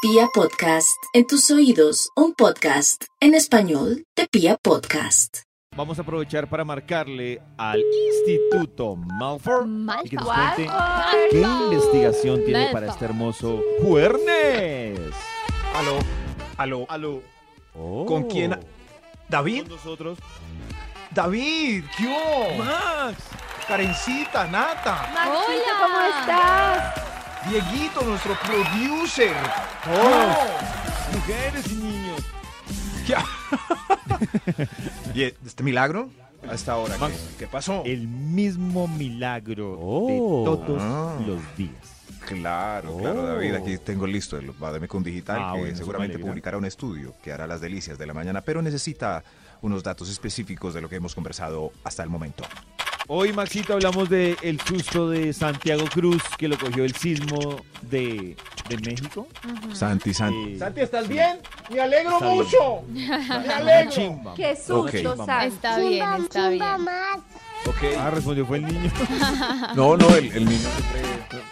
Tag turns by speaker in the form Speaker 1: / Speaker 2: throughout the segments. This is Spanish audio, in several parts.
Speaker 1: Pia Podcast, en tus oídos, un podcast en español de Pia Podcast.
Speaker 2: Vamos a aprovechar para marcarle al Instituto Malfour y que nos cuente qué investigación tiene para este hermoso jueves.
Speaker 3: Aló, aló,
Speaker 2: Aló.
Speaker 3: ¿con quién?
Speaker 2: Oh. Con
Speaker 3: David,
Speaker 2: nosotros.
Speaker 3: David, ¿qué hubo?
Speaker 2: Max.
Speaker 3: Karencita, Nata,
Speaker 4: Maxito, ¿cómo estás?
Speaker 3: Dieguito, nuestro producer.
Speaker 2: Oh. Mujeres y niños.
Speaker 3: ¿Y este milagro? Hasta ahora, ¿qué, qué pasó?
Speaker 2: El mismo milagro
Speaker 5: Oh.
Speaker 2: de todos
Speaker 3: Ah.
Speaker 2: los días.
Speaker 3: Claro, claro, David, aquí tengo listo el Bademecum Digital,
Speaker 2: Ah,
Speaker 3: que
Speaker 2: bueno, eso me
Speaker 3: seguramente
Speaker 2: alegra.
Speaker 3: publicará un estudio que hará las delicias de la mañana, pero necesita unos datos específicos de lo que hemos conversado hasta el momento.
Speaker 2: Hoy, Maxito, hablamos del el susto de Santiago Cruz que lo cogió el sismo de, de México.
Speaker 3: Santi, Santi.
Speaker 2: Eh,
Speaker 6: Santi, ¿estás bien? Me alegro
Speaker 2: Está bien.
Speaker 6: mucho. Me alegro.
Speaker 2: Chimba.
Speaker 4: Qué susto,
Speaker 2: Ok.
Speaker 4: Santi.
Speaker 7: Está bien, está bien.
Speaker 2: Ah, respondió fue el niño.
Speaker 3: No, no, el, el niño.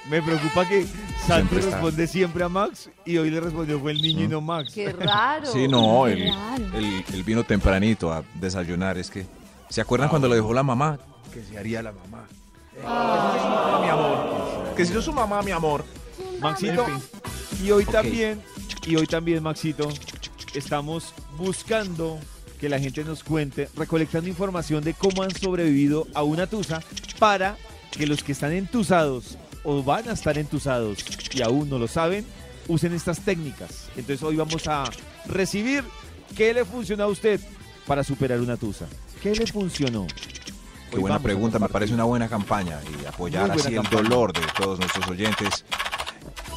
Speaker 2: Me preocupa que Santi
Speaker 3: está.
Speaker 2: responde siempre a Max y hoy le respondió fue el niño y no Max.
Speaker 4: Qué raro.
Speaker 7: Sí, no, el- Claro.
Speaker 3: vino tempranito a desayunar, es que. ¿Se acuerdan cuando lo dejó la mamá? Que Ah, se haría la mamá. mi amor. Que si yo su mamá, mi amor.
Speaker 2: Maxito, y hoy
Speaker 3: Ok.
Speaker 2: también, y hoy también, Maxito, estamos buscando que la gente nos cuente, recolectando información de cómo han sobrevivido a una tusa para que los que están entusados o van a estar entusados y aún no lo saben, usen estas técnicas. Entonces hoy vamos a recibir qué le funcionó a usted para superar una tusa. ¿Qué le funcionó?
Speaker 3: Qué
Speaker 2: Hoy
Speaker 3: buena
Speaker 2: vamos a
Speaker 3: pregunta, me
Speaker 2: compartir.
Speaker 3: parece una buena campaña y apoyar
Speaker 2: Muy buena
Speaker 3: así
Speaker 2: campaña.
Speaker 3: el dolor de todos nuestros oyentes.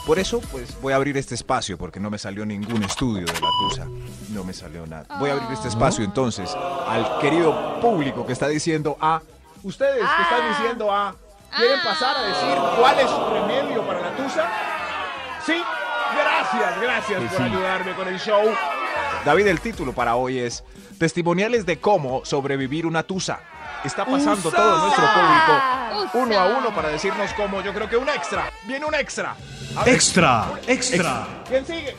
Speaker 3: Por eso, pues voy a abrir este espacio porque no me salió ningún estudio de la Tusa. No me salió nada. Voy a abrir
Speaker 2: Ah.
Speaker 3: este espacio entonces al querido público que está diciendo a
Speaker 6: Ustedes que están diciendo ah, ¿quieren pasar a decir cuál es su remedio para la tusa? Sí, gracias, gracias
Speaker 2: Que
Speaker 6: por
Speaker 2: sí.
Speaker 6: ayudarme con el show.
Speaker 3: David, el título para hoy es Testimoniales de cómo sobrevivir una tusa. Está pasando
Speaker 2: ¡Usa!
Speaker 3: todo nuestro público
Speaker 7: Usa.
Speaker 6: Uno a uno para decirnos cómo. Yo creo que un extra. Viene un extra. A ver,
Speaker 5: Extra, extra.
Speaker 6: ¿Quién sigue?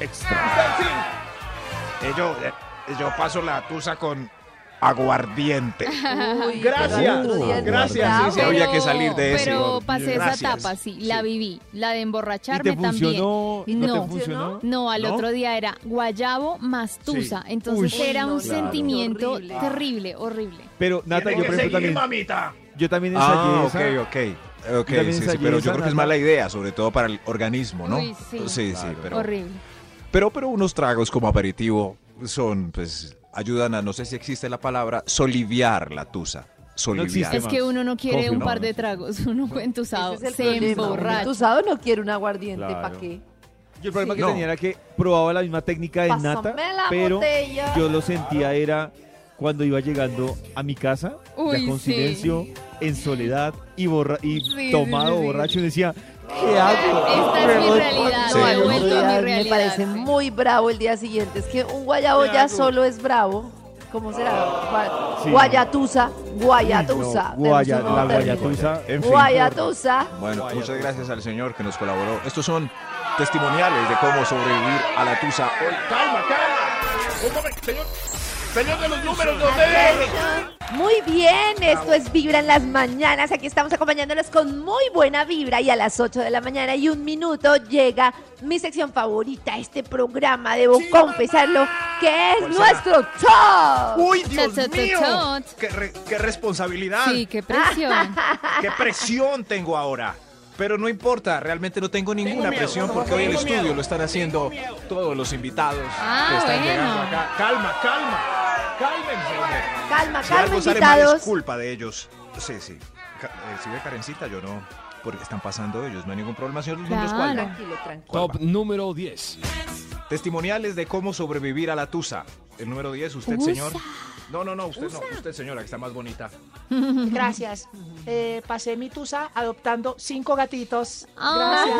Speaker 3: extra.
Speaker 6: Usted sigue.
Speaker 3: Eh, Yo, eh, yo paso la tusa con aguardiente.
Speaker 4: Uy,
Speaker 6: Gracias,
Speaker 4: otro día es
Speaker 6: gracias,
Speaker 4: verdad,
Speaker 3: sí, sí, había
Speaker 7: Pero-
Speaker 3: que salir de ese.
Speaker 7: Pero pasé
Speaker 3: Gracias.
Speaker 7: esa etapa, sí, la viví. La de
Speaker 2: ¿Y
Speaker 7: emborracharme
Speaker 2: te funcionó?
Speaker 7: también.
Speaker 2: ¿No,
Speaker 7: No.
Speaker 2: te funcionó?
Speaker 7: No, al
Speaker 2: ¿No?
Speaker 7: otro día era guayabo más tusa. Entonces
Speaker 2: Uy,
Speaker 7: era un
Speaker 4: claro.
Speaker 7: sentimiento
Speaker 4: Horrible.
Speaker 7: terrible, horrible.
Speaker 2: Pero Nata,
Speaker 6: Tiene
Speaker 2: yo por
Speaker 6: que
Speaker 2: ejemplo
Speaker 6: seguir,
Speaker 2: también,
Speaker 6: mamita.
Speaker 2: yo también ensayé
Speaker 3: Ah, ok,
Speaker 2: esa.
Speaker 3: ok. Ok,
Speaker 2: Yo también
Speaker 3: sí, sí,
Speaker 2: ensayé
Speaker 3: pero
Speaker 2: esa,
Speaker 3: yo creo que es
Speaker 2: Nata.
Speaker 3: mala idea, sobre todo para el organismo, ¿no?
Speaker 7: Uy, sí.
Speaker 3: sí, pero,
Speaker 7: horrible.
Speaker 3: pero, pero unos tragos como aperitivo son, pues, ayudan a, no sé si existe la palabra, soliviar la tusa. Soliviar.
Speaker 2: existe,
Speaker 7: Es que
Speaker 2: más?
Speaker 7: uno no quiere
Speaker 2: Coffee,
Speaker 7: un
Speaker 2: ¿no?
Speaker 7: par de tragos, uno entusado,
Speaker 4: Ese es el
Speaker 7: se
Speaker 4: problema. Un
Speaker 7: emborracha.
Speaker 4: entusado no quiere un aguardiente, ¿para
Speaker 2: Claro.
Speaker 4: qué?
Speaker 2: Yo el problema que
Speaker 3: No.
Speaker 2: tenía era que probaba la misma técnica de
Speaker 4: Pásame
Speaker 2: nata,
Speaker 4: la
Speaker 2: pero
Speaker 4: botella.
Speaker 2: yo lo sentía era cuando iba llegando a mi casa,
Speaker 7: Uy,
Speaker 2: ya con
Speaker 7: sí.
Speaker 2: silencio, en soledad y, borra y
Speaker 7: Sí,
Speaker 2: tomado,
Speaker 7: sí, sí.
Speaker 2: borracho, y decía, ¿qué hago?
Speaker 7: Esta es mi realidad,
Speaker 3: Sí.
Speaker 7: lo he
Speaker 3: Sí.
Speaker 7: vuelto a mi
Speaker 4: Realidad,
Speaker 7: realidad.
Speaker 4: me parece
Speaker 7: sí.
Speaker 4: muy bravo el día siguiente. Es que un guayabo ya solo es bravo. ¿Cómo será? Gua-
Speaker 2: Sí.
Speaker 4: Guayatusa,
Speaker 2: Guayatusa.
Speaker 4: guayatusa. Tenemos un nuevo
Speaker 2: la
Speaker 4: término.
Speaker 2: guayatusa.
Speaker 3: En fin.
Speaker 4: Guayatusa.
Speaker 3: Bueno, muchas gracias al señor que nos colaboró. Estos son testimoniales de cómo sobrevivir a la tusa.
Speaker 6: Calma, calma. Un momento, señor. Señor de los números, ¿dónde es?
Speaker 4: Muy bien, esto es Vibra en las mañanas. Aquí estamos acompañándolos con muy buena vibra y a las 8 de la mañana y un minuto llega mi sección favorita, este programa, debo confesarlo, que es
Speaker 3: ¿Cuál será?
Speaker 4: nuestro top.
Speaker 6: ¡Uy, Dios
Speaker 7: Cha, cha, cha,
Speaker 6: mío!
Speaker 7: cha.
Speaker 6: ¡Qué, re- qué
Speaker 3: Ah.
Speaker 6: responsabilidad!
Speaker 7: Sí, qué presión.
Speaker 3: ¡Qué presión tengo ahora! Pero no importa, realmente no tengo ninguna
Speaker 6: miedo,
Speaker 3: presión porque hoy el
Speaker 6: tengo
Speaker 3: estudio
Speaker 6: miedo,
Speaker 3: lo están haciendo todos los invitados
Speaker 7: Ah,
Speaker 3: que están
Speaker 7: bueno.
Speaker 3: llegando acá.
Speaker 6: Ca- Calma, calma. Cálmense, hombre.
Speaker 4: Calma,
Speaker 3: Si
Speaker 4: calma,
Speaker 3: algo sale mal es
Speaker 4: invitados.
Speaker 3: culpa de ellos. Sí, sí. Ca- eh, Si ve Karencita, yo no. Porque están pasando ellos, no hay ningún problema, señor. Los números, ¿cuál va?
Speaker 7: Claro.
Speaker 4: Tranquilo, tranquilo.
Speaker 3: ¿Cuál va?
Speaker 5: número 10.
Speaker 3: Testimoniales de cómo sobrevivir a la tusa. El número 10, usted,
Speaker 7: Usa.
Speaker 3: señor. No, no, no, usted no. Usted, señora, que está más bonita.
Speaker 8: Gracias. Eh, pasé mi tusa adoptando cinco gatitos.
Speaker 7: Ay,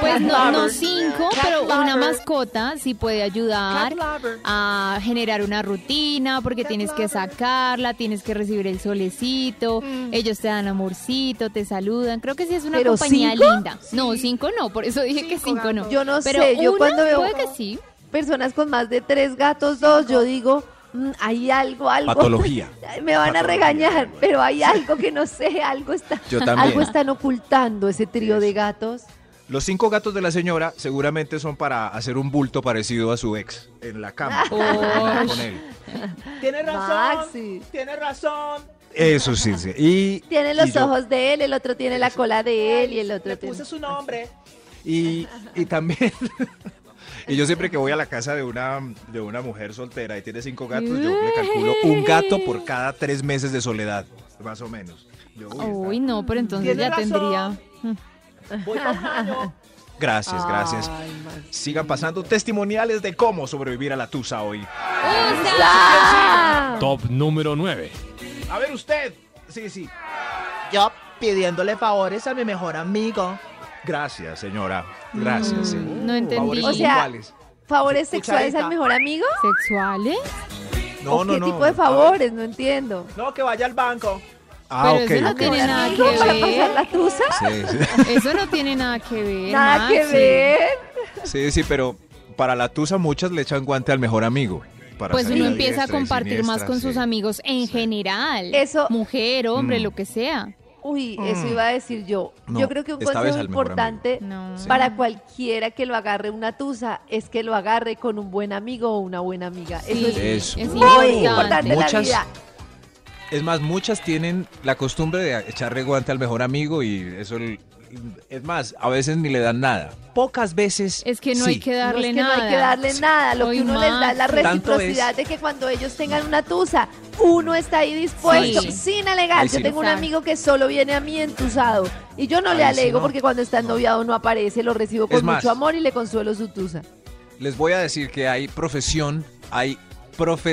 Speaker 7: Pues no, no cinco, rico,
Speaker 8: Cat
Speaker 7: pero una
Speaker 8: lover.
Speaker 7: mascota sí puede ayudar
Speaker 4: Ah,
Speaker 8: Cat lover.
Speaker 7: a generar una rutina porque tienes que sacarla, tienes que recibir el solecito, ellos te dan amorcito, te saludan. Creo que sí es una
Speaker 4: ¿Pero
Speaker 7: compañía
Speaker 4: cinco?
Speaker 7: linda. No, cinco no, por eso dije que cinco no.
Speaker 4: Yo no
Speaker 7: pero
Speaker 4: sé, yo
Speaker 7: uno
Speaker 4: cuando veo-
Speaker 7: puede que sí.
Speaker 4: personas con más de tres gatos, dos, yo digo, "Mm, hay algo, algo.
Speaker 3: Patología.
Speaker 4: Me van a
Speaker 3: Patología.
Speaker 4: regañar, pero hay algo que no sé, algo está,
Speaker 3: Yo también.
Speaker 4: algo están ocultando ese trío de gatos.
Speaker 3: Los cinco gatos de la señora seguramente son para hacer un bulto parecido a su ex en la cama.
Speaker 7: Uy.
Speaker 3: con él.
Speaker 4: ah,
Speaker 6: Tiene razón.
Speaker 4: Maxi.
Speaker 6: Tiene razón.
Speaker 3: Eso sí, sí. Y,
Speaker 4: Tiene
Speaker 3: y
Speaker 4: los
Speaker 3: yo-
Speaker 4: ojos de él, el otro tiene la cola de él y el otro
Speaker 6: Le
Speaker 4: tiene.
Speaker 6: puse su nombre.
Speaker 3: Y, y también. Y yo siempre que voy a la casa de una, de una mujer soltera y tiene cinco gatos, yo le calculo un gato por cada tres meses de soledad, más o menos. Yo, uy, está-
Speaker 7: Uy, no, pero entonces
Speaker 6: Tiene
Speaker 7: ya
Speaker 6: razón.
Speaker 7: tendría.
Speaker 6: Voy pa' un baño.
Speaker 3: Gracias, gracias. Sigan pasando testimoniales de cómo sobrevivir a la tusa hoy.
Speaker 5: Top número 9.
Speaker 6: A ver usted. Sí, sí. Yo pidiéndole favores a mi mejor amigo.
Speaker 3: Gracias, señora. Gracias.
Speaker 7: Mm, no entendí.
Speaker 4: O sea,
Speaker 3: iguales.
Speaker 4: ¿Favores sexuales
Speaker 6: Cucharita.
Speaker 4: al mejor amigo?
Speaker 7: ¿Sexuales?
Speaker 4: ¿O ¿Qué tipo de favores? No entiendo.
Speaker 6: No, que vaya al banco.
Speaker 3: Ah,
Speaker 7: pero
Speaker 3: ok.
Speaker 7: eso no
Speaker 3: ok.
Speaker 7: tiene nada que
Speaker 4: ¿Amigo para pasar
Speaker 7: ver.
Speaker 4: la tusa?
Speaker 3: Sí, sí.
Speaker 7: Eso no tiene nada que ver.
Speaker 4: Nada que
Speaker 7: Maxi.
Speaker 4: ver.
Speaker 3: Sí, sí, pero para la tusa muchas le echan guante al mejor amigo. para
Speaker 7: Pues
Speaker 3: salir
Speaker 7: uno
Speaker 3: a
Speaker 7: empieza a
Speaker 3: diestra y
Speaker 7: compartir
Speaker 3: siniestra,
Speaker 7: más con
Speaker 3: sí.
Speaker 7: sus amigos en general.
Speaker 4: Eso-
Speaker 7: Mujer, hombre,
Speaker 3: Mm.
Speaker 7: lo que sea.
Speaker 4: Uy, eso iba a decir yo.
Speaker 3: No,
Speaker 4: yo creo que un
Speaker 3: esta vez
Speaker 4: consejo
Speaker 3: al mejor
Speaker 4: importante
Speaker 7: No. Sí.
Speaker 4: Eh, para cualquiera que lo agarre una tusa es que lo agarre con un buen amigo o una buena amiga. Eso es
Speaker 7: Sí,
Speaker 3: Eso.
Speaker 7: es
Speaker 4: muy
Speaker 3: Importante.
Speaker 4: importante en la
Speaker 3: Muchas-
Speaker 4: vida.
Speaker 3: Es más, muchas tienen la costumbre de echarle guante al mejor amigo y eso... l- Es más, a veces ni le dan nada. Pocas veces
Speaker 7: Es que no hay
Speaker 3: sí.
Speaker 7: que
Speaker 4: No, es
Speaker 7: darle
Speaker 4: que
Speaker 7: nada. Pues,
Speaker 4: no hay que darle nada. Lo
Speaker 7: Soy
Speaker 4: que uno les da es la
Speaker 7: Maxi.
Speaker 3: Tanto
Speaker 4: reciprocidad
Speaker 3: es-
Speaker 4: de que cuando ellos tengan una tusa, uno está ahí dispuesto,
Speaker 7: Sí.
Speaker 4: sin
Speaker 3: Ahí
Speaker 4: alegar.
Speaker 3: sí
Speaker 4: Yo
Speaker 3: no.
Speaker 4: tengo un
Speaker 7: Exacto.
Speaker 4: amigo que solo viene a mí entusado. Y yo no le
Speaker 3: Ahí sí
Speaker 4: alego
Speaker 3: no.
Speaker 4: porque cuando está noviado no aparece, lo recibo
Speaker 3: Es
Speaker 4: con
Speaker 3: más.
Speaker 4: mucho amor y le consuelo su tusa.
Speaker 3: Les voy a decir que hay profesión, hay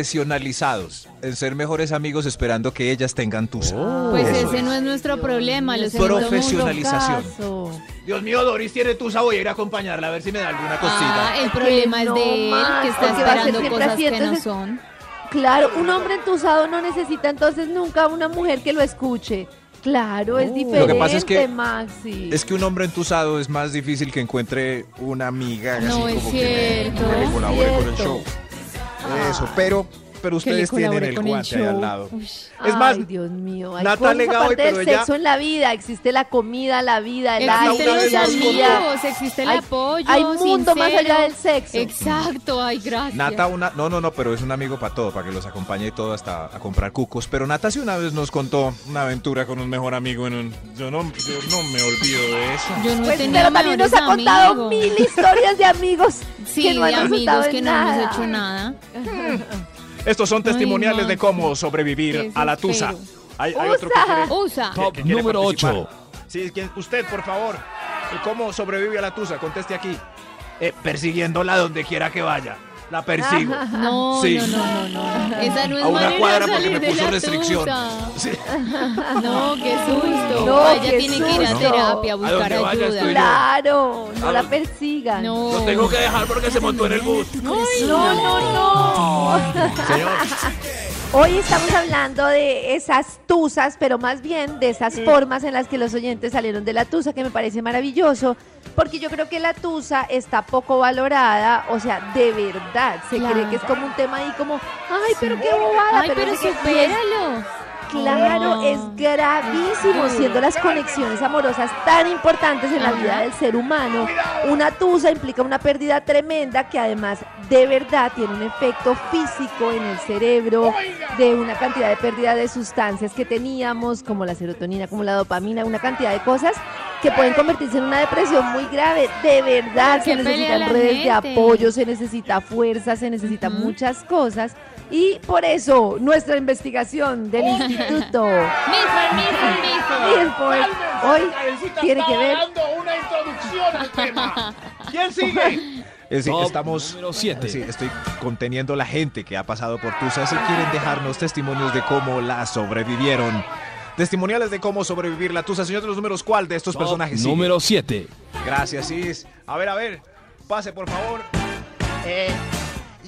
Speaker 3: profesionalizados en ser mejores amigos esperando que ellas tengan tusa.
Speaker 7: Pues
Speaker 3: Eso
Speaker 7: ese
Speaker 3: es.
Speaker 7: no es nuestro problema. Lo
Speaker 4: Dios
Speaker 7: siento
Speaker 4: mío,
Speaker 3: Profesional-
Speaker 7: mucho.
Speaker 3: Profesionalización.
Speaker 4: caso.
Speaker 3: Dios mío, Doris tiene tusa, voy a ir a acompañarla a ver si me da alguna
Speaker 7: Ah, el problema es
Speaker 4: no,
Speaker 7: de él
Speaker 4: Max,
Speaker 7: que está
Speaker 4: porque va a ser
Speaker 7: esperando
Speaker 4: siempre
Speaker 7: cosas
Speaker 4: así,
Speaker 7: que no
Speaker 4: entonces-
Speaker 7: son.
Speaker 4: Claro, un hombre entusado no necesita entonces nunca una mujer que lo escuche. Claro, es diferente,
Speaker 3: Lo que pasa es que-
Speaker 4: Maxi.
Speaker 3: Es que un hombre entusado es más difícil que encuentre una amiga
Speaker 7: No,
Speaker 3: así
Speaker 7: es
Speaker 3: como que,
Speaker 7: cierto. Ah.
Speaker 3: le- que le colabore con el
Speaker 4: Cierto.
Speaker 3: show. Eso, pero, pero
Speaker 7: Que le
Speaker 3: ustedes tienen
Speaker 7: colabore
Speaker 3: el
Speaker 7: con el
Speaker 3: guante ahí al
Speaker 7: show.
Speaker 3: lado.
Speaker 7: Uy.
Speaker 3: Es más,
Speaker 4: Ay, Dios mío. Hay
Speaker 3: Nata
Speaker 4: cosas
Speaker 3: alega hoy,
Speaker 4: aparte
Speaker 3: pero
Speaker 4: del
Speaker 3: ella-
Speaker 4: sexo en la vida. Existe la comida, la vida, el aire,
Speaker 7: Existen
Speaker 3: una
Speaker 7: los
Speaker 3: vez
Speaker 4: la
Speaker 3: más conmigo.
Speaker 4: vida.
Speaker 7: amigos, existe el
Speaker 4: Hay-
Speaker 7: apoyo.
Speaker 4: hay mundo más
Speaker 7: sincero.
Speaker 4: allá del sexo.
Speaker 7: Exacto, ay, gracias.
Speaker 3: Nata, una, no, no, no, pero es un amigo para todo, para que los acompañe y todo hasta a comprar cucos. Pero Nata sí una vez nos contó una aventura con un mejor amigo en un. Yo no, yo no me olvido de eso.
Speaker 7: Yo no he
Speaker 4: Pues,
Speaker 7: tenido
Speaker 4: pero también nos
Speaker 7: mejores
Speaker 4: ha contado
Speaker 7: amigos.
Speaker 4: mil historias de amigos
Speaker 7: Sí,
Speaker 4: que no han
Speaker 7: de amigos
Speaker 4: resultado
Speaker 7: que
Speaker 4: en
Speaker 7: no
Speaker 4: nada.
Speaker 7: hemos hecho nada.
Speaker 3: Estos son testimoniales
Speaker 7: no,
Speaker 3: de cómo sobrevivir
Speaker 7: qué
Speaker 3: a la tusa.
Speaker 7: desespero.
Speaker 3: Hay, hay otro que
Speaker 4: Usa.
Speaker 3: quiere-
Speaker 7: Usa.
Speaker 5: Top
Speaker 3: que quiere
Speaker 5: número 8.
Speaker 3: participar. Sí, ¿quién? usted, por favor. ¿Y ¿Cómo sobrevive a la tusa? Conteste aquí. Eh, persiguiéndola donde quiera que vaya. La persigo.
Speaker 7: No,
Speaker 3: Sí.
Speaker 7: no, no, no, no. Esa no es
Speaker 3: A una
Speaker 7: manera
Speaker 3: cuadra
Speaker 7: de
Speaker 3: porque
Speaker 7: Pues salir
Speaker 3: me
Speaker 7: de
Speaker 3: puso
Speaker 7: la
Speaker 3: restricción.
Speaker 7: tusa.
Speaker 3: Sí.
Speaker 7: No, qué susto.
Speaker 4: No,
Speaker 7: Ay, Ella
Speaker 4: qué
Speaker 7: tiene que ir a
Speaker 4: susto.
Speaker 7: terapia a
Speaker 3: A donde
Speaker 7: buscar
Speaker 3: vaya estoy
Speaker 7: ayuda.
Speaker 3: yo.
Speaker 4: Claro, no la persigan.
Speaker 7: No.
Speaker 5: que dejar porque se montó en el bus.
Speaker 4: No, no, no. Hoy estamos hablando de esas tusas, pero más bien de esas formas en las que los oyentes salieron de la tusa, que me parece maravilloso, porque yo creo que la tusa está poco valorada, o sea, de verdad, se
Speaker 7: Claro.
Speaker 4: cree que es como un tema ahí como, ay, pero qué bobada,
Speaker 7: Ay, pero
Speaker 4: no sé qué". Y es-
Speaker 7: supéralo.
Speaker 4: Claro,
Speaker 7: No.
Speaker 4: es gravísimo, siendo las conexiones amorosas tan importantes en la
Speaker 7: Ajá.
Speaker 4: vida del ser humano. Una tusa implica una pérdida tremenda que además de verdad tiene un efecto físico en el cerebro de una cantidad de pérdida de sustancias que teníamos, como la serotonina, como la dopamina, una cantidad de cosas que pueden convertirse en una depresión muy grave. De verdad,
Speaker 7: Que
Speaker 4: se
Speaker 7: pelea la
Speaker 4: necesitan redes
Speaker 7: gente.
Speaker 4: de apoyo, se necesita fuerza, se necesitan
Speaker 7: Ujú.
Speaker 4: muchas cosas. Y por eso nuestra investigación del Instituto
Speaker 7: Milford, Milford, Milford.
Speaker 4: Milford hoy
Speaker 6: Karencita
Speaker 4: tiene
Speaker 6: estaba
Speaker 4: que ver.
Speaker 6: dando una introducción al tema. ¿Quién sigue?
Speaker 3: Es decir,
Speaker 5: Top
Speaker 3: estamos.
Speaker 5: número siete.
Speaker 3: sí, estoy conteniendo la gente que ha pasado por Tusa. Si quieren dejarnos testimonios de cómo la sobrevivieron. Testimoniales de cómo sobrevivir la Tusa. Señor de los números, ¿cuál de estos personajes? sigue?
Speaker 5: Número 7.
Speaker 3: Gracias, Is. A ver, a ver. Pase, por favor.
Speaker 8: Eh,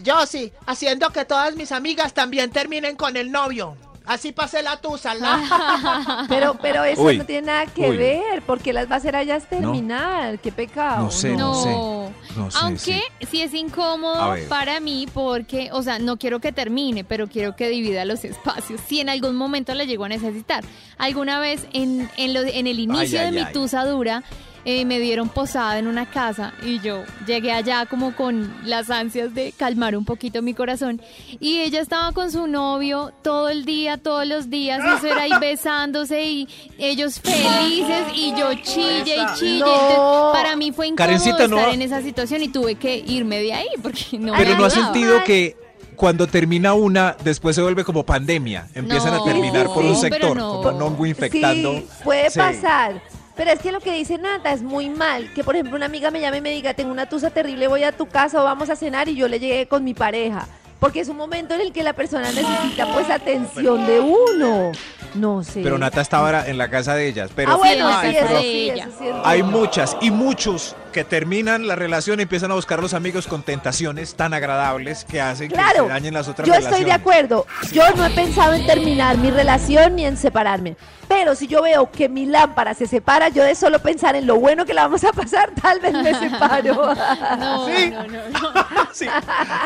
Speaker 8: yo sí, haciendo que todas mis amigas también terminen con el novio. Así pasé la tusa. la-
Speaker 4: Pero, pero eso
Speaker 3: Uy,
Speaker 4: no tiene nada que
Speaker 3: uy.
Speaker 4: ver, porque las va a hacer ellas terminar. Qué pecado.
Speaker 3: No sé,
Speaker 7: No.
Speaker 3: no sé. No sé,
Speaker 7: Aunque
Speaker 3: sí.
Speaker 7: sí. es
Speaker 3: A
Speaker 7: incómodo
Speaker 3: ver.
Speaker 7: para mí porque, o sea, no quiero que termine, pero quiero que divida los espacios. Si en algún momento la llego a necesitar. Alguna vez en, en, lo- en el inicio
Speaker 3: Ay,
Speaker 7: de
Speaker 3: ay,
Speaker 7: mi
Speaker 3: ay.
Speaker 7: tusa dura, eh, me dieron posada en una casa y yo llegué allá como con las ansias de calmar un poquito mi corazón. Y ella estaba con su novio todo el día, todos los días, y eso era ahí besándose y ellos felices y yo chille y chille.
Speaker 4: No.
Speaker 7: Entonces, para mí fue incómodo
Speaker 3: Karencita, no
Speaker 7: estar
Speaker 3: ha-
Speaker 7: en esa situación y tuve que irme de ahí porque no
Speaker 3: Pero
Speaker 7: me
Speaker 3: no ha
Speaker 7: ayudaba.
Speaker 3: sentido que cuando termina una, después se vuelve como pandemia. Empiezan
Speaker 7: No,
Speaker 3: a terminar por un
Speaker 7: sí,
Speaker 3: sector,
Speaker 7: pero no.
Speaker 3: como un hongo infectando.
Speaker 4: Sí, puede
Speaker 3: Sí.
Speaker 4: pasar. Pero es que lo que dice Nata es muy mal. Que por ejemplo una amiga me llame y me diga, tengo una tusa terrible, voy a tu casa o vamos a cenar y yo le llegué con mi pareja. Porque es un momento en el que la persona necesita pues atención de uno. No sé.
Speaker 3: Pero Nata estaba en la casa de ellas. Pero
Speaker 4: ah, bueno,
Speaker 7: Sí,
Speaker 4: sí,
Speaker 7: en
Speaker 4: eso
Speaker 7: la casa
Speaker 4: sí,
Speaker 7: de ella.
Speaker 4: eso sí es
Speaker 3: hay
Speaker 4: verdad.
Speaker 3: muchas y muchos que terminan la relación y empiezan a buscar a los amigos con tentaciones tan agradables que hacen que
Speaker 4: Claro,
Speaker 3: se dañen las otras
Speaker 4: yo
Speaker 3: relaciones.
Speaker 4: estoy de acuerdo. Yo no he pensado en terminar mi relación ni en separarme. Pero si yo veo que mi lámpara se separa, yo de solo pensar en lo bueno que la vamos a pasar, tal vez me separo.
Speaker 7: No,
Speaker 3: Sí.
Speaker 7: no, no, no.
Speaker 3: Sí.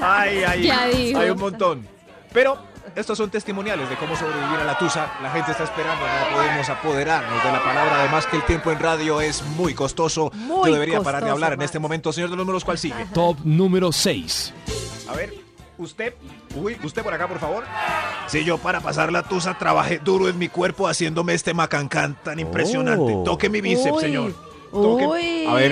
Speaker 3: Ay, ay,
Speaker 7: Ya digo.
Speaker 3: hay un montón. Pero estos son testimoniales de cómo sobrevivir a la tusa. La gente está esperando, no podemos apoderarnos de la palabra. Además que el tiempo en radio es muy costoso.
Speaker 4: Muy
Speaker 3: Yo debería parar de
Speaker 4: costoso,
Speaker 3: hablar en
Speaker 4: Max.
Speaker 3: este momento. Señor de los números, ¿cuál sigue?
Speaker 5: Top número 6.
Speaker 3: A ver, usted, uy, usted por acá, por favor. Si yo para pasar la tusa trabajé duro en mi cuerpo haciéndome este macancán tan impresionante. Toque mi bíceps,
Speaker 4: Uy,
Speaker 3: señor. Toque-
Speaker 4: Uy.
Speaker 3: A ver.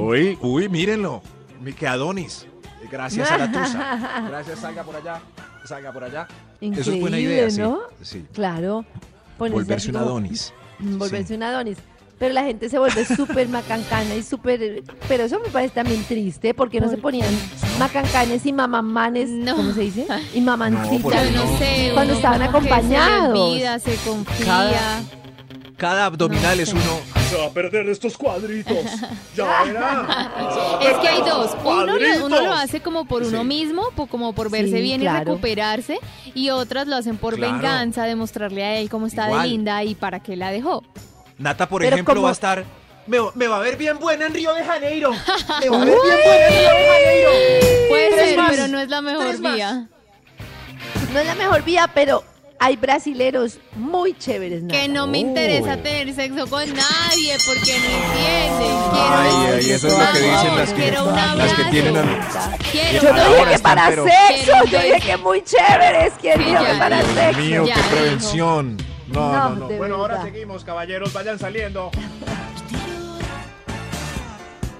Speaker 3: Uy, uy, mírenlo. Mi que Adonis. Gracias a la tusa. Gracias, salga por allá. Salga por allá.
Speaker 4: Increíble,
Speaker 3: Eso es buena idea, sí.
Speaker 4: ¿no?
Speaker 3: Sí.
Speaker 4: Claro. Ponerse así
Speaker 3: Volverse un
Speaker 4: como-
Speaker 3: Adonis.
Speaker 4: Mm, Volverse un Adonis. Pero la gente se vuelve súper macancana y súper... Pero eso me parece también triste porque no se ponían macancanes y mamamanes,
Speaker 7: No.
Speaker 4: ¿cómo se dice? Y
Speaker 3: No, porque
Speaker 4: mamancitas.
Speaker 7: Yo no sé.
Speaker 4: Cuando
Speaker 7: uno
Speaker 4: estaban
Speaker 7: como que
Speaker 4: acompañados.
Speaker 7: Se le olvida, se confía.
Speaker 3: Cada- Cada abdominal
Speaker 7: No
Speaker 3: es
Speaker 7: sé.
Speaker 3: uno.
Speaker 6: Se va a perder estos cuadritos. Ya verá.
Speaker 7: Es que hay dos. Uno, lo- uno lo
Speaker 6: Cuadritos.
Speaker 7: hace como por uno mismo, po- como por verse
Speaker 4: Sí,
Speaker 7: bien y
Speaker 4: claro.
Speaker 7: recuperarse. Y otras lo hacen por
Speaker 3: Claro.
Speaker 7: venganza, demostrarle a él cómo está
Speaker 3: Igual.
Speaker 7: de linda y para qué la dejó.
Speaker 3: Nata, por
Speaker 4: Pero
Speaker 3: ejemplo,
Speaker 4: como-
Speaker 3: va a estar. Me, me va a ver bien buena en Río de Janeiro. Me va a ver
Speaker 4: Uy.
Speaker 3: bien buena en Río de Janeiro.
Speaker 7: Puede
Speaker 3: Tres
Speaker 7: ser,
Speaker 3: más.
Speaker 7: pero no es la mejor
Speaker 3: Tres más.
Speaker 7: vía.
Speaker 4: No es la mejor vía, pero hay brasileros muy chéveres. Nata.
Speaker 7: Que no me interesa tener sexo con nadie porque no entienden. Quiero
Speaker 3: Ay, ay,
Speaker 7: decir,
Speaker 3: eso es lo que
Speaker 7: por
Speaker 3: dicen
Speaker 7: favor,
Speaker 3: las que-
Speaker 7: quiero un
Speaker 3: las que
Speaker 7: abrazo.
Speaker 3: tienen a-
Speaker 7: Quiero
Speaker 4: Yo
Speaker 3: Ahora
Speaker 4: no dije que
Speaker 3: están,
Speaker 4: para
Speaker 3: pero-
Speaker 4: sexo,
Speaker 7: Pero
Speaker 4: yo
Speaker 7: entonces-
Speaker 4: dije que muy chéveres. ¿Quién
Speaker 7: Sí,
Speaker 4: dijo que
Speaker 7: ya.
Speaker 4: para
Speaker 7: Dios
Speaker 4: sexo?
Speaker 3: Mío,
Speaker 7: Ya
Speaker 3: qué
Speaker 7: dijo.
Speaker 3: prevención. No, no, no.
Speaker 4: de
Speaker 6: Bueno, ahora
Speaker 4: verdad.
Speaker 6: seguimos, caballeros. Vayan saliendo.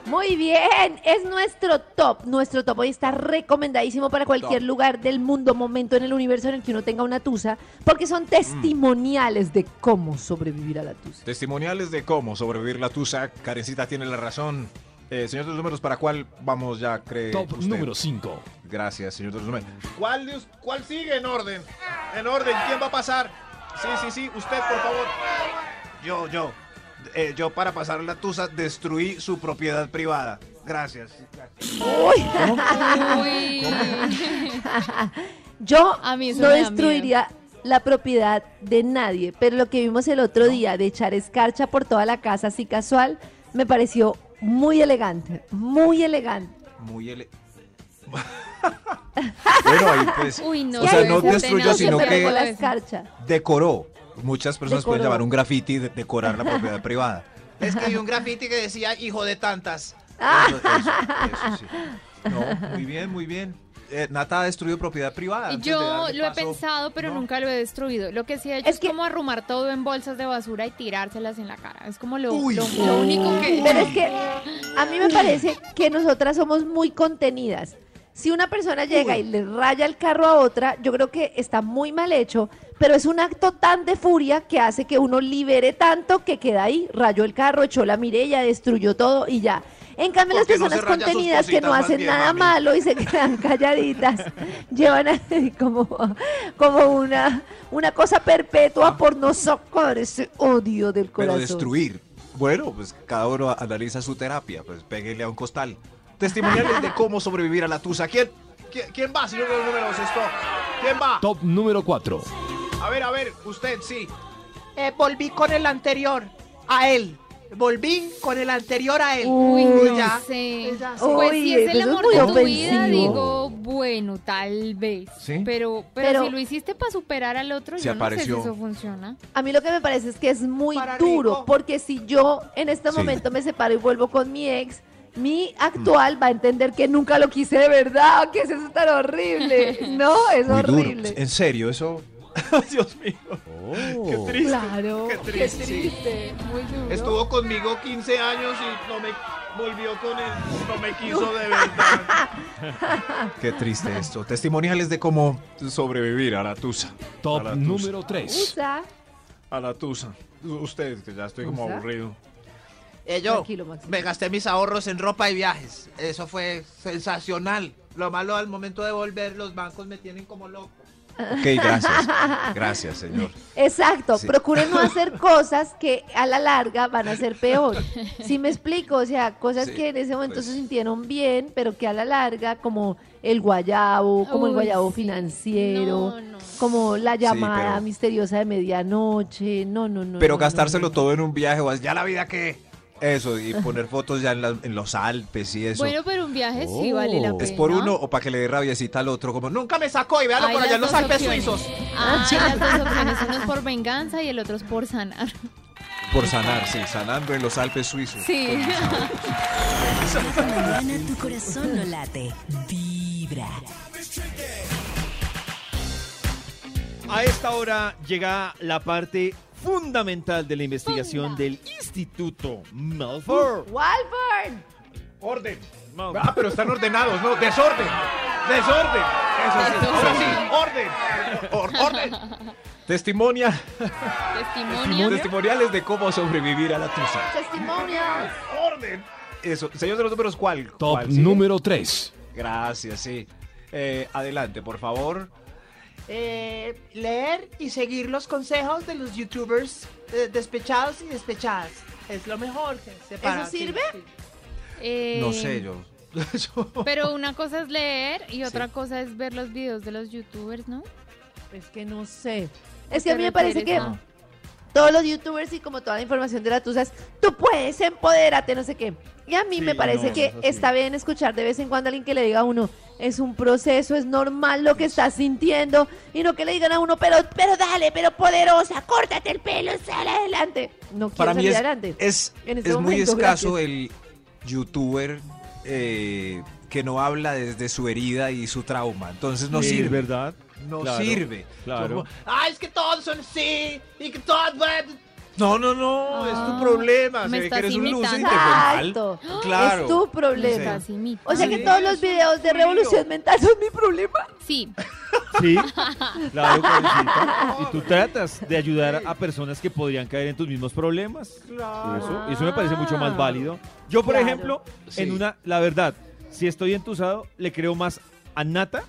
Speaker 4: Muy bien, es nuestro top. Nuestro top hoy está recomendadísimo para cualquier lugar del mundo, momento en el universo en el que uno tenga una tusa, porque son testimoniales de cómo sobrevivir a la tusa.
Speaker 3: Testimoniales de cómo sobrevivir la tusa. Karencita tiene la razón. Eh, señor de los números, ¿para cuál vamos ya, cree
Speaker 5: Top
Speaker 3: usted?
Speaker 5: número 5.
Speaker 3: Gracias, señor de los números.
Speaker 6: ¿Cuál, de us- ¿Cuál sigue en orden? En orden, ¿quién va a pasar? Sí, sí, sí, usted, por favor.
Speaker 3: Yo, yo. eh, yo para pasar la tusa destruí su propiedad privada. Gracias.
Speaker 7: Uy.
Speaker 4: Yo
Speaker 7: A mí eso
Speaker 4: no
Speaker 7: me da
Speaker 4: destruiría la propiedad de nadie, pero lo que vimos el otro día de echar escarcha por toda la casa así casual me pareció muy elegante, muy elegante.
Speaker 3: Muy ele... bueno, ahí pues.
Speaker 7: Uy, no.
Speaker 3: o sea,
Speaker 7: Dios,
Speaker 3: no
Speaker 7: qué
Speaker 3: destruyó,
Speaker 7: tenaz,
Speaker 3: sino
Speaker 7: qué
Speaker 4: pero con
Speaker 3: que
Speaker 4: la
Speaker 7: vergüenza.
Speaker 4: escarcha.
Speaker 3: decoró. Muchas personas pueden
Speaker 4: Decoró.
Speaker 3: llamar un graffiti de- decorar la propiedad privada.
Speaker 6: Escribí un graffiti que decía hijo de tantas.
Speaker 3: Eso, eso, eso sí. No, muy bien, muy bien. Eh, Nata ha destruido propiedad privada. antes de
Speaker 7: Yo
Speaker 3: darle
Speaker 7: lo he
Speaker 3: paso.
Speaker 7: pensado, pero
Speaker 3: No.
Speaker 7: nunca lo he destruido. Lo que sí he hecho
Speaker 4: Es
Speaker 7: es,
Speaker 4: que-
Speaker 7: como arrumar todo en bolsas de basura y tirárselas en la cara. Es como lo,
Speaker 3: Uy.
Speaker 7: lo- lo único que...
Speaker 4: Pero es que a mí me parece que nosotras somos muy contenidas. Si una persona llega y le raya el carro a otra, yo creo que está muy mal hecho, pero es un acto tan de furia que hace que uno libere tanto que queda ahí, rayó el carro, echó la mirella, destruyó todo y ya. En cambio, las
Speaker 3: ¿Por qué no
Speaker 4: personas
Speaker 3: se raya sus
Speaker 4: contenidas que no
Speaker 3: cositas más
Speaker 4: hacen
Speaker 3: bien,
Speaker 4: nada
Speaker 3: mami?
Speaker 4: malo y se quedan calladitas, llevan así como, como una, una cosa perpetua
Speaker 3: Ah.
Speaker 4: por no socorrer ese odio del
Speaker 3: Pero
Speaker 4: corazón.
Speaker 3: destruir. Bueno, pues cada uno analiza su terapia, pues péguele a un costal. Testimoniales de cómo sobrevivir a la tusa. ¿Quién?
Speaker 6: ¿Qui- ¿Quién va, señor de los números? Esto. ¿Quién va?
Speaker 5: Top número 4.
Speaker 6: A ver, a ver, usted sí.
Speaker 8: Eh, volví con el anterior a él. Volví con el anterior a él.
Speaker 7: Uy,
Speaker 8: Pues
Speaker 7: no
Speaker 8: ya,
Speaker 7: sé.
Speaker 8: pues ya, sí.
Speaker 4: Uy,
Speaker 7: Pues si es el
Speaker 4: eso es
Speaker 7: amor
Speaker 4: muy
Speaker 7: de tu vida,
Speaker 4: ofensivo.
Speaker 7: digo, bueno, tal vez.
Speaker 3: ¿Sí?
Speaker 7: Pero, pero,
Speaker 4: Pero-
Speaker 7: si lo hiciste para superar al otro,
Speaker 3: Se
Speaker 7: yo
Speaker 3: apareció.
Speaker 7: no sé si eso funciona.
Speaker 4: A mí lo que me parece es que es muy
Speaker 8: Para
Speaker 4: duro,
Speaker 8: rico.
Speaker 4: porque si yo en este
Speaker 3: Sí. Mm.
Speaker 4: momento me separo y vuelvo con mi ex, mi actual va a entender que nunca lo quise de verdad, que es eso tan horrible. No, es
Speaker 3: Muy duro.
Speaker 4: horrible.
Speaker 3: En serio, eso. Dios mío.
Speaker 6: Qué triste.
Speaker 4: Claro,
Speaker 6: Qué triste.
Speaker 7: Muy duro.
Speaker 6: Estuvo conmigo 15 años y no me volvió con él. No me quiso de verdad.
Speaker 3: Qué triste esto. Testimoniales de cómo sobrevivir a la tusa.
Speaker 5: Top
Speaker 3: A la tusa.
Speaker 5: número 3.
Speaker 4: Usa.
Speaker 6: A la tusa. Usted, que ya estoy como
Speaker 4: ¿Tusa?
Speaker 6: aburrido.
Speaker 8: Eh, yo
Speaker 4: Tranquilo, Maxito.
Speaker 8: me gasté mis ahorros en ropa y viajes. Eso fue sensacional. Lo malo al momento de volver, los bancos me tienen como loco.
Speaker 3: Ok, gracias. Gracias, señor.
Speaker 4: Exacto,
Speaker 3: Sí.
Speaker 4: procuren no hacer cosas que a la larga van a ser peor. Si me explico, o sea, cosas
Speaker 3: Sí,
Speaker 4: que en ese momento se
Speaker 3: pues.
Speaker 4: sintieron bien, pero que a la larga, como el guayabo, como el
Speaker 7: Uy,
Speaker 4: guayabo
Speaker 7: sí.
Speaker 4: financiero,
Speaker 7: No, no.
Speaker 4: como la llamada
Speaker 3: pero-
Speaker 4: misteriosa de medianoche, no, no, no.
Speaker 3: Pero
Speaker 4: no,
Speaker 3: gastárselo
Speaker 4: no, no.
Speaker 3: todo en un viaje, o ya la vida que. Eso, y poner fotos ya en, la- en los Alpes y eso.
Speaker 7: Bueno, pero un viaje sí vale la
Speaker 5: Oh.
Speaker 7: pena.
Speaker 3: es por uno o para que le dé rabiecita al otro, como nunca.
Speaker 8: Nunca me sacó y véalo
Speaker 7: Hay
Speaker 8: por allá
Speaker 7: las
Speaker 8: en los
Speaker 7: dos
Speaker 8: Alpes
Speaker 7: opciones. Ah,
Speaker 8: suizos.
Speaker 4: Ah,
Speaker 7: Hay las dos opciones, uno es por venganza y el otro es por sanar.
Speaker 3: Por sanar, sí, sanando en los Alpes suizos.
Speaker 7: Sí.
Speaker 9: mañana tu corazón no late, vibra.
Speaker 2: A esta hora llega la parte fundamental de la investigación del Instituto Malfour.
Speaker 4: Walford.
Speaker 6: Orden.
Speaker 2: Malfour.
Speaker 6: Ah, pero están ordenados, ¿no? Desorden. Desorden. Eso sí. Ahora sí, orden.
Speaker 3: Or- orden. Testimonia,
Speaker 7: Testimonio.
Speaker 3: testimoniales de cómo sobrevivir a la tusa.
Speaker 4: Testimonios.
Speaker 6: Orden.
Speaker 3: Eso, señor de los números, ¿cuál?
Speaker 5: Top
Speaker 3: ¿Cuál sigue?
Speaker 5: número 3.
Speaker 3: Gracias, sí. Eh, adelante, por favor.
Speaker 8: Eh, leer y seguir los consejos de los youtubers eh, despechados y despechadas. Es lo mejor que se para,
Speaker 4: ¿Eso
Speaker 8: sí,
Speaker 4: sirve?
Speaker 8: sí.
Speaker 7: Eh,
Speaker 3: No sé, yo.
Speaker 7: Pero una cosa es leer y otra cosa es ver los videos de los youtubers, ¿no?
Speaker 4: Es que no sé. Es que a
Speaker 7: ¿Te
Speaker 4: mí me parece que
Speaker 7: refieres a-
Speaker 4: todos los youtubers y como toda la información de la tusa es, tú puedes, empodérate, no sé qué. Y a mí
Speaker 6: Sí,
Speaker 4: me parece
Speaker 6: no,
Speaker 4: que
Speaker 6: eso sí.
Speaker 4: está bien escuchar de vez en cuando a alguien que le diga a uno, es un proceso, es normal lo que estás sintiendo, y no que le digan a uno, pero, pero dale, pero poderosa, córtate el pelo, sale adelante. No quiero
Speaker 3: Para mí
Speaker 4: salir
Speaker 3: es,
Speaker 4: adelante.
Speaker 3: es,
Speaker 4: En este
Speaker 3: es muy
Speaker 4: momento,
Speaker 3: escaso el youtuber eh, que no habla desde su herida y su trauma. Entonces no
Speaker 2: Sí,
Speaker 3: sirve.
Speaker 2: ¿verdad?
Speaker 3: No
Speaker 2: Claro,
Speaker 3: sirve.
Speaker 2: Claro.
Speaker 8: Ay, Ah, es que todos son sí y que todos van-
Speaker 3: No, no, no. es
Speaker 7: Ah,
Speaker 3: tu problema.
Speaker 7: me
Speaker 3: Se ve que
Speaker 7: estás
Speaker 3: eres un loser y te fue mal.
Speaker 4: Exacto.
Speaker 3: Claro.
Speaker 4: Es tu
Speaker 7: Los
Speaker 4: problema.
Speaker 7: estás imitando.
Speaker 4: O sea que todos los videos de revolución mental son mi problema.
Speaker 7: Sí,
Speaker 2: Sí, claro, Karencita. Y tú tratas de ayudar a personas que podrían caer en tus mismos problemas. Eso, eso me parece mucho más válido. Yo, por
Speaker 4: Claro.
Speaker 2: ejemplo,
Speaker 3: Sí.
Speaker 2: en una, la verdad, si estoy entusado, le creo más a Nata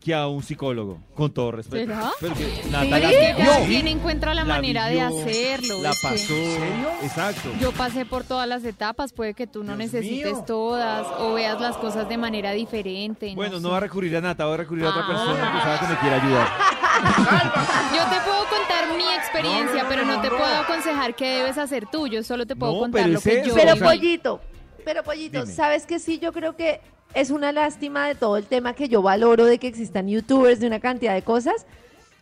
Speaker 2: que a un psicólogo, con todo respeto.
Speaker 7: ¿Será?
Speaker 2: Porque
Speaker 7: pero
Speaker 2: Nata
Speaker 7: es
Speaker 2: la
Speaker 7: que cada
Speaker 2: vivió.
Speaker 7: quien encuentra la, manera de
Speaker 2: vivió,
Speaker 7: hacerlo.
Speaker 2: La
Speaker 7: es que-
Speaker 2: pasó. Exacto.
Speaker 7: Yo pasé por todas las etapas, puede que tú no
Speaker 3: Dios
Speaker 7: necesites
Speaker 3: mío.
Speaker 7: todas o veas las cosas de manera diferente.
Speaker 2: Bueno,
Speaker 7: sé.
Speaker 2: no va a recurrir a Nata, va a recurrir a otra
Speaker 7: Ah.
Speaker 2: persona entusada que me quiera ayudar.
Speaker 7: Yo te puedo contar mi experiencia, pero no te puedo aconsejar qué debes hacer tú. Yo solo te puedo
Speaker 2: No,
Speaker 7: contar
Speaker 2: pero
Speaker 7: lo
Speaker 2: es
Speaker 7: que
Speaker 2: eso,
Speaker 7: yo.
Speaker 2: o
Speaker 4: Pero
Speaker 2: sea-
Speaker 7: viví.
Speaker 4: pollito, pero pollito,
Speaker 2: Dime.
Speaker 4: ¿sabes que sí? Yo creo que es una lástima de todo el tema que yo valoro de que existan youtubers, de una cantidad de cosas,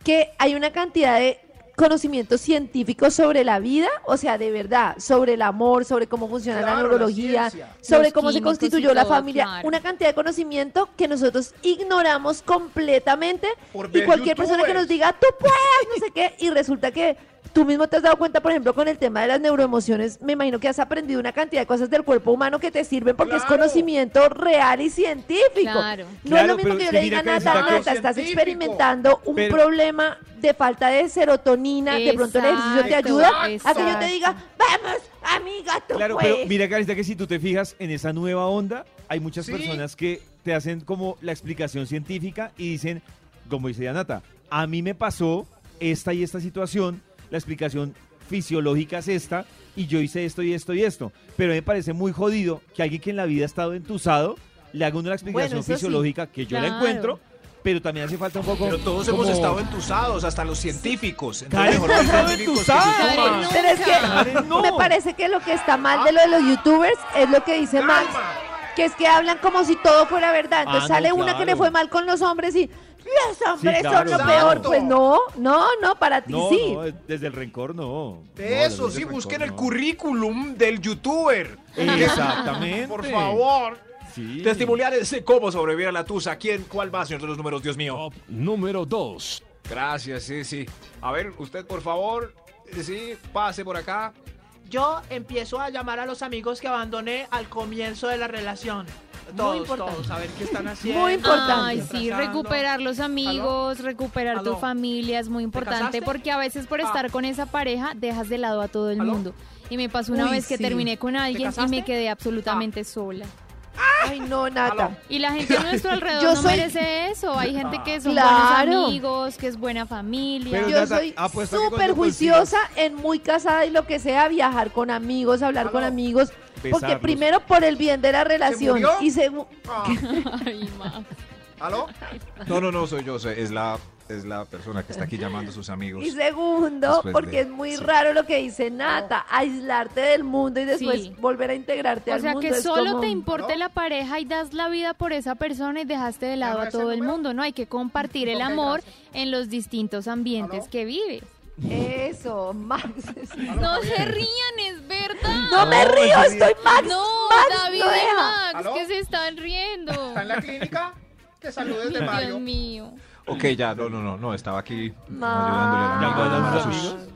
Speaker 4: que hay una cantidad de conocimientos científicos sobre la vida, o sea, de verdad, sobre el amor, sobre cómo funciona la
Speaker 6: Claro, la
Speaker 4: neurología,
Speaker 6: ciencia.
Speaker 4: sobre
Speaker 7: Los
Speaker 4: cómo se
Speaker 7: químicos y
Speaker 4: constituyó la
Speaker 7: todo,
Speaker 4: familia,
Speaker 7: claro.
Speaker 4: una cantidad de conocimiento que nosotros ignoramos completamente
Speaker 6: Por
Speaker 4: y
Speaker 6: ver
Speaker 4: cualquier persona que
Speaker 6: youtubers.
Speaker 4: nos diga, tú puedes, no sé qué, y resulta que tú mismo te has dado cuenta, por ejemplo, con el tema de las neuroemociones, me imagino que has aprendido una cantidad de cosas del cuerpo humano que te sirven porque es
Speaker 6: Claro.
Speaker 4: conocimiento real y científico.
Speaker 7: Claro.
Speaker 4: No es
Speaker 2: Claro,
Speaker 4: lo mismo
Speaker 2: pero
Speaker 4: que
Speaker 2: es
Speaker 4: yo
Speaker 2: que
Speaker 4: le
Speaker 2: mira
Speaker 4: diga,
Speaker 2: que
Speaker 4: Nata,
Speaker 2: resulta que-
Speaker 4: Nata, estás
Speaker 6: Científico.
Speaker 4: experimentando un
Speaker 2: Pero-
Speaker 4: problema de falta de serotonina, de pronto el ejercicio te ayuda a que yo
Speaker 7: Exacto.
Speaker 4: te diga, vamos, amiga, tú
Speaker 2: Claro,
Speaker 4: puedes.
Speaker 2: pero
Speaker 7: Pues.
Speaker 2: mira, Carita, que si tú te fijas en esa nueva onda, hay muchas
Speaker 6: Sí.
Speaker 2: personas que te hacen como la explicación científica y dicen, como dice Yanata, a mí me pasó esta y esta situación, la explicación fisiológica es esta y yo hice esto y esto y esto. Pero me parece muy jodido que alguien que en la vida ha estado entusado le haga una explicación
Speaker 7: Bueno, eso sí.
Speaker 2: fisiológica que yo la
Speaker 7: Claro.
Speaker 2: encuentro, pero también hace falta un poco...
Speaker 3: Pero todos hemos
Speaker 2: como-
Speaker 3: estado entusados, hasta los científicos.
Speaker 2: Karen
Speaker 3: Entonces,
Speaker 2: no ha estado
Speaker 3: científicos que
Speaker 2: entusada.
Speaker 3: se suman.
Speaker 7: Karen, no.
Speaker 4: Pero es que
Speaker 2: Karen, no.
Speaker 4: me parece que lo que está mal de lo de los youtubers es lo que dice Max, que es que hablan como si todo fuera verdad. Entonces
Speaker 2: Ah, no,
Speaker 4: sale una que le
Speaker 2: claro.
Speaker 4: fue mal con los hombres y los hombres
Speaker 2: claro,
Speaker 4: son lo
Speaker 2: claro.
Speaker 4: peor. Pues no, no, no, para ti
Speaker 2: No,
Speaker 4: sí.
Speaker 2: no, desde el rencor no.
Speaker 3: De eso, sí, busquen el currículum del youtuber.
Speaker 2: Exactamente.
Speaker 3: Por favor.
Speaker 2: Sí.
Speaker 3: Testimoniales de cómo sobrevivir a la tusa. ¿Quién? ¿Cuál va, señor de los números? Dios mío.
Speaker 5: Top número 2.
Speaker 3: Gracias, sí, sí. A ver, usted, por favor. eh, Sí, pase por acá.
Speaker 8: Yo empiezo a llamar a los amigos que abandoné al comienzo de la relación. Todos,
Speaker 4: importante.
Speaker 8: todos, a ver qué están haciendo.
Speaker 4: Muy importante.
Speaker 7: Ay, sí,
Speaker 8: Abrazando.
Speaker 7: recuperar los amigos, recuperar tu
Speaker 8: ¿Aló?
Speaker 7: familia es muy importante
Speaker 8: casaste?
Speaker 7: porque a veces por
Speaker 8: Ah.
Speaker 7: estar con esa pareja dejas de lado a todo el
Speaker 8: ¿Aló?
Speaker 7: mundo. Y me pasó una
Speaker 4: Uy,
Speaker 7: vez que
Speaker 4: sí.
Speaker 7: terminé con alguien y
Speaker 8: casaste? Ah.
Speaker 7: me quedé absolutamente sola.
Speaker 4: Ay, no, Nata.
Speaker 7: Y la gente a nuestro alrededor
Speaker 4: Yo
Speaker 7: no
Speaker 4: soy-
Speaker 7: merece eso. Hay gente que son
Speaker 4: Claro.
Speaker 7: buenos amigos, que es buena familia.
Speaker 2: Pero-
Speaker 4: Yo
Speaker 2: Nata,
Speaker 4: soy
Speaker 2: apuesto que cuando
Speaker 4: súper juiciosa en muy casada y lo que sea, viajar con amigos, hablar con amigos. Porque
Speaker 2: Besarlos.
Speaker 4: primero por el bien de la relación
Speaker 3: murió?
Speaker 4: y segundo...
Speaker 7: Ay, ma.
Speaker 3: ¿Aló? No, no, no, soy yo. soy- Es la, es la persona que está aquí llamando a sus amigos.
Speaker 4: Y segundo,
Speaker 3: Después de-
Speaker 4: porque es muy
Speaker 3: sí.
Speaker 4: raro lo que dice Nata, aislarte del mundo y después
Speaker 7: Sí.
Speaker 4: volver a integrarte
Speaker 7: O
Speaker 4: al
Speaker 7: sea
Speaker 4: mundo.
Speaker 7: que
Speaker 4: es
Speaker 7: solo
Speaker 4: como-
Speaker 7: te importe la pareja y das la vida por esa persona y dejaste de lado a todo el mundo. No hay que compartir el amor en los distintos ambientes que vives.
Speaker 4: Eso, Max.
Speaker 7: No se rían, es verdad.
Speaker 4: No me río, estoy Max.
Speaker 7: No,
Speaker 4: Max,
Speaker 7: David
Speaker 4: no
Speaker 7: y
Speaker 4: deja.
Speaker 7: Max,
Speaker 6: ¿Aló?
Speaker 7: que se están riendo.
Speaker 6: ¿Está en la clínica? Que saludes de
Speaker 7: Ay,
Speaker 6: Mario.
Speaker 7: Dios mío.
Speaker 3: Ok, ya, no, no, no, no, estaba aquí
Speaker 4: Ma-
Speaker 3: ayudándole al
Speaker 2: ¿Ya
Speaker 3: amigo a,
Speaker 2: guardan
Speaker 3: llamar a
Speaker 2: sus
Speaker 3: sus-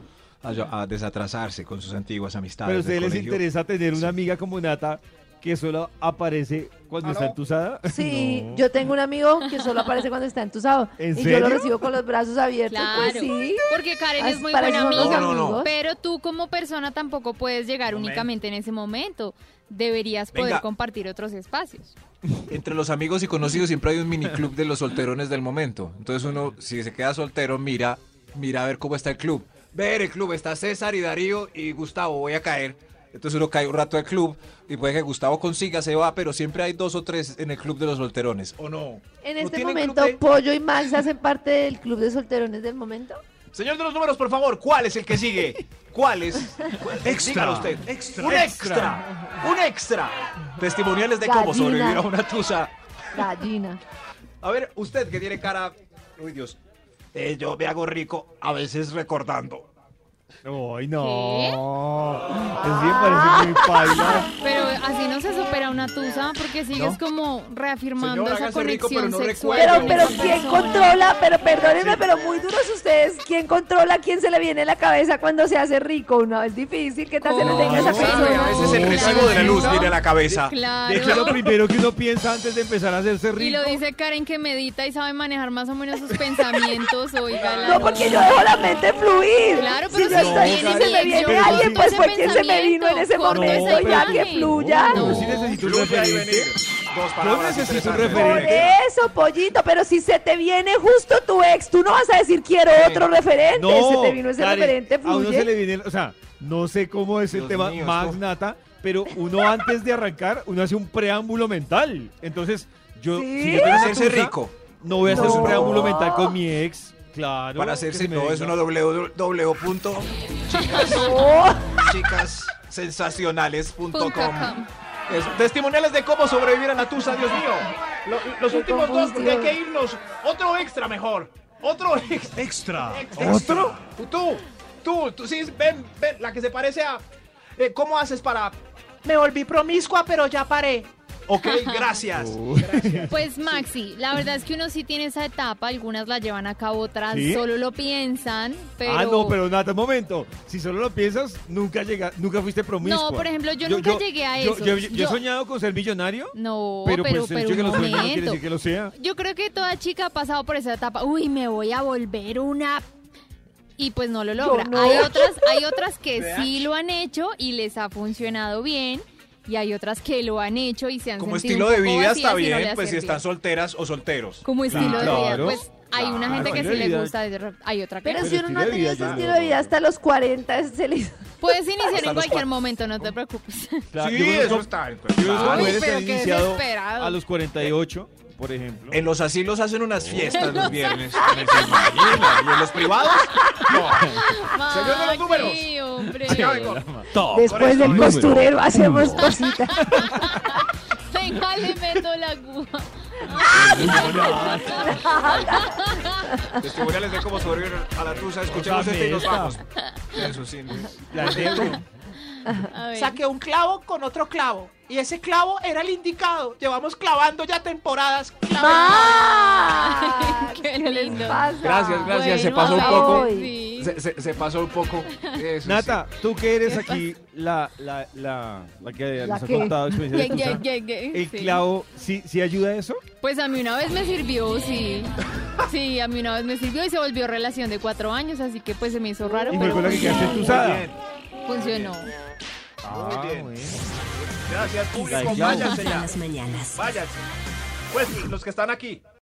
Speaker 3: a ll- a desatrasarse con sus antiguas amistades.
Speaker 2: Pero a ustedes
Speaker 3: del
Speaker 2: les
Speaker 3: colegio.
Speaker 2: interesa tener una amiga como Nata que solo aparece cuando
Speaker 3: Ah,
Speaker 2: está
Speaker 6: ¿Aló?
Speaker 2: entusada.
Speaker 4: Sí,
Speaker 2: No.
Speaker 4: yo tengo un amigo que solo aparece cuando está entusado.
Speaker 2: ¿En
Speaker 4: y yo lo
Speaker 2: serio?
Speaker 4: recibo con los brazos abiertos.
Speaker 7: Claro,
Speaker 4: Pues sí.
Speaker 7: porque Karen es
Speaker 4: As-
Speaker 7: muy
Speaker 4: para
Speaker 7: buena
Speaker 4: eso somos
Speaker 7: amiga,
Speaker 3: No, no, no.
Speaker 4: amigos.
Speaker 7: pero tú como persona tampoco puedes llegar únicamente en ese momento. Deberías poder
Speaker 3: Venga.
Speaker 7: compartir otros espacios.
Speaker 3: Entre los amigos y conocidos siempre hay un miniclub de los solterones del momento. Entonces uno, si se queda soltero, mira, mira a ver cómo está el club. Ver el club, está César y Darío y Gustavo, voy a caer. Entonces uno cae un rato al club y puede que Gustavo consiga, se va, pero siempre hay dos o tres en el club de los solterones. ¿O no?
Speaker 4: En
Speaker 3: ¿No
Speaker 4: este
Speaker 3: tienen club
Speaker 4: momento,
Speaker 3: de-
Speaker 4: Pollo y Max hacen parte del club de solterones del momento.
Speaker 3: Señor de los números, por favor, ¿cuál es el que sigue? ¿Cuál es? Dígalo usted. Extra. Un extra. Un extra. Testimoniales de cómo
Speaker 4: Gallina.
Speaker 3: sobrevivir a una tusa.
Speaker 4: Gallina.
Speaker 3: A ver, usted que tiene cara. Uy, Dios. Eh, yo me hago rico a veces recordando.
Speaker 2: Ay, no. Es bien, parece muy paila.
Speaker 7: Pero así no se supera una tusa porque sigues como reafirmando
Speaker 3: Señor,
Speaker 7: esa
Speaker 3: hágase rico,
Speaker 7: conexión
Speaker 3: pero no
Speaker 7: sexual.
Speaker 3: recuerde.
Speaker 4: Pero,
Speaker 7: con
Speaker 4: pero
Speaker 7: esa
Speaker 4: ¿quién
Speaker 7: Pues, persona.
Speaker 4: controla? Pero perdónenme, pero muy duros ustedes. ¿Quién controla quién se le viene a la cabeza cuando se hace rico? No, es difícil que te se le tenga esa
Speaker 7: Claro.
Speaker 4: persona.
Speaker 3: A veces el recibo de la luz viene a la cabeza.
Speaker 4: Ah,
Speaker 7: Claro.
Speaker 2: Es lo primero que uno piensa antes de empezar a hacerse rico.
Speaker 7: Y lo dice Karen que medita y sabe manejar más o menos sus pensamientos, oiga. la
Speaker 4: No, porque yo dejo la mente fluir.
Speaker 7: Claro,
Speaker 4: si
Speaker 7: pero
Speaker 4: yo
Speaker 7: si
Speaker 4: estoy
Speaker 2: viene
Speaker 4: y se me
Speaker 2: bien,
Speaker 4: viene
Speaker 2: pero
Speaker 4: alguien,
Speaker 2: sí.
Speaker 4: pues
Speaker 7: Ese
Speaker 4: fue quien se me vino en ese
Speaker 7: pensamiento, corto
Speaker 4: momento.
Speaker 2: ese
Speaker 4: ya
Speaker 7: viaje.
Speaker 4: que fluya.
Speaker 2: No,
Speaker 7: No.
Speaker 2: yo sí necesito un referente.
Speaker 3: Dos
Speaker 2: Yo
Speaker 3: palabras
Speaker 2: necesito un
Speaker 3: interesantes.
Speaker 4: Por
Speaker 2: referente.
Speaker 4: eso, pollito, pero si se te viene justo tu ex, tú no vas a decir quiero otro referente. se te vino ese
Speaker 2: Karen,
Speaker 4: referente,
Speaker 2: A uno se
Speaker 4: fluye.
Speaker 2: le viene, el- o sea, no sé cómo es el
Speaker 3: Dios
Speaker 2: tema
Speaker 3: mío,
Speaker 2: Max
Speaker 3: esto-
Speaker 2: Nata, pero uno antes de arrancar, uno hace un preámbulo mental. Entonces, yo
Speaker 4: ¿Sí?
Speaker 2: si yo tengo
Speaker 3: Para
Speaker 2: una
Speaker 3: hacerse
Speaker 2: tusa,
Speaker 3: rico.
Speaker 2: No voy a hacer
Speaker 4: No.
Speaker 2: un preámbulo mental con mi ex. Claro.
Speaker 3: Para
Speaker 2: que
Speaker 3: hacerse.
Speaker 2: se me
Speaker 3: No, es
Speaker 2: venga.
Speaker 3: una W. w punto,
Speaker 4: No,
Speaker 3: chicas sensacionales punto
Speaker 7: Punto
Speaker 3: com.
Speaker 7: com.
Speaker 3: Eso, Testimoniales de cómo sobrevivir a la tusa, Dios mío.
Speaker 6: Lo- los últimos dos, porque hay que irnos. Otro extra mejor. Otro extra. Extra. ¿Otro? Tú, tú, tú, sí, ven, ven, la que se parece a. eh, ¿Cómo haces para.?
Speaker 8: Me volví promiscua, pero ya paré.
Speaker 6: Ok, gracias.
Speaker 7: Pues Maxi, la verdad es que uno sí tiene esa etapa, algunas la llevan a cabo, otras
Speaker 2: ¿Sí?
Speaker 7: solo lo piensan, pero...
Speaker 2: Ah, no, pero Nata, un momento. Si solo lo piensas, nunca llega, nunca fuiste promiscua.
Speaker 7: No, por ejemplo, yo nunca llegué a
Speaker 2: yo-
Speaker 7: eso.
Speaker 2: Yo, yo he
Speaker 7: Yo-
Speaker 2: soñado con ser millonario,
Speaker 7: No,
Speaker 2: pero,
Speaker 7: pero,
Speaker 2: pues el
Speaker 7: pero
Speaker 2: hecho de que
Speaker 7: un
Speaker 2: lo sueñe no quiere
Speaker 7: momento.
Speaker 2: decir que lo sea.
Speaker 7: Yo creo que toda chica ha pasado por esa etapa. Uy, me voy a volver una. Y pues no lo logra.
Speaker 4: no.
Speaker 7: Hay otras, hay otras que sí lo han hecho y les ha funcionado bien. Y hay otras que lo han hecho y se han
Speaker 3: Como
Speaker 7: sentido
Speaker 3: estilo
Speaker 7: un
Speaker 3: de
Speaker 7: poco
Speaker 3: vida
Speaker 7: vacías
Speaker 3: está
Speaker 7: y no le
Speaker 3: bien,
Speaker 7: ha
Speaker 3: pues si
Speaker 7: servido.
Speaker 3: están solteras o solteros.
Speaker 7: Como estilo de vida.
Speaker 2: Claro.
Speaker 7: Pues Hay una gente que sí
Speaker 2: estilo de
Speaker 7: le
Speaker 2: vida.
Speaker 7: gusta, y de rep- hay otra que
Speaker 4: Pero
Speaker 7: no.
Speaker 4: si uno no ha
Speaker 2: estilo de vida
Speaker 4: tenido ese
Speaker 2: ya.
Speaker 4: estilo de vida hasta los 40, es- se le-
Speaker 7: Puedes iniciar en cualquier momento, no te preocupes.
Speaker 2: Claro, yo
Speaker 3: Sí,
Speaker 2: conozco-
Speaker 3: eso está.
Speaker 2: yo conozco
Speaker 3: claro.
Speaker 2: mujeres que
Speaker 8: pero
Speaker 2: han
Speaker 8: qué
Speaker 2: iniciado
Speaker 7: desesperado.
Speaker 2: a los 48, por ejemplo.
Speaker 3: En los asilos hacen unas fiestas los viernes. ¿Se imagina? ¿Y en los privados?
Speaker 6: Señor de los números.
Speaker 7: Sí, hombre.
Speaker 6: Ya vengo.
Speaker 5: Top.
Speaker 4: después del
Speaker 5: Número
Speaker 4: costurero hacemos
Speaker 5: uno.
Speaker 4: cositas.
Speaker 7: Venga, le meto la aguja.
Speaker 3: Los tribunales ven cómo sobreviven a la rusa. Escuchemos
Speaker 2: Otra
Speaker 3: este y nos
Speaker 2: Pues mesa.
Speaker 3: vamos. Eso sí. ¿no?
Speaker 2: La tengo.
Speaker 7: A ver.
Speaker 8: Saqué un clavo con otro clavo. Y ese clavo era el indicado. Llevamos clavando ya temporadas.
Speaker 4: ¡Más!
Speaker 7: Qué
Speaker 4: les
Speaker 7: lindo.
Speaker 4: pasa?
Speaker 3: Gracias, gracias. Se
Speaker 7: Bueno,
Speaker 3: pasó un
Speaker 7: a
Speaker 3: poco.
Speaker 7: ver,
Speaker 4: poco.
Speaker 7: sí.
Speaker 3: Se, se- se pasó un poco. Eso sí.
Speaker 2: Nata, tú que eres aquí la, la, la, la que nos ha
Speaker 4: que-
Speaker 2: contado experiencia de
Speaker 7: Ye, ye,
Speaker 2: Tusa,
Speaker 7: ye, ye.
Speaker 2: El
Speaker 7: Sí.
Speaker 2: clavo, ¿sí, ¿sí ayuda eso?
Speaker 7: Pues a mí una vez me sirvió, sí. Sí, a mí una vez me sirvió y se volvió relación de cuatro años, así que pues se me hizo raro,
Speaker 2: Y me
Speaker 7: pero pues
Speaker 2: acuerdo que quedaste tusada.
Speaker 7: funcionó.
Speaker 2: Ah, bueno.
Speaker 6: Gracias, público.
Speaker 2: Like, ya.
Speaker 6: Váyanse
Speaker 9: Vibra en
Speaker 6: ya.
Speaker 9: las mañanas.
Speaker 6: Váyanse. Pues los que están aquí.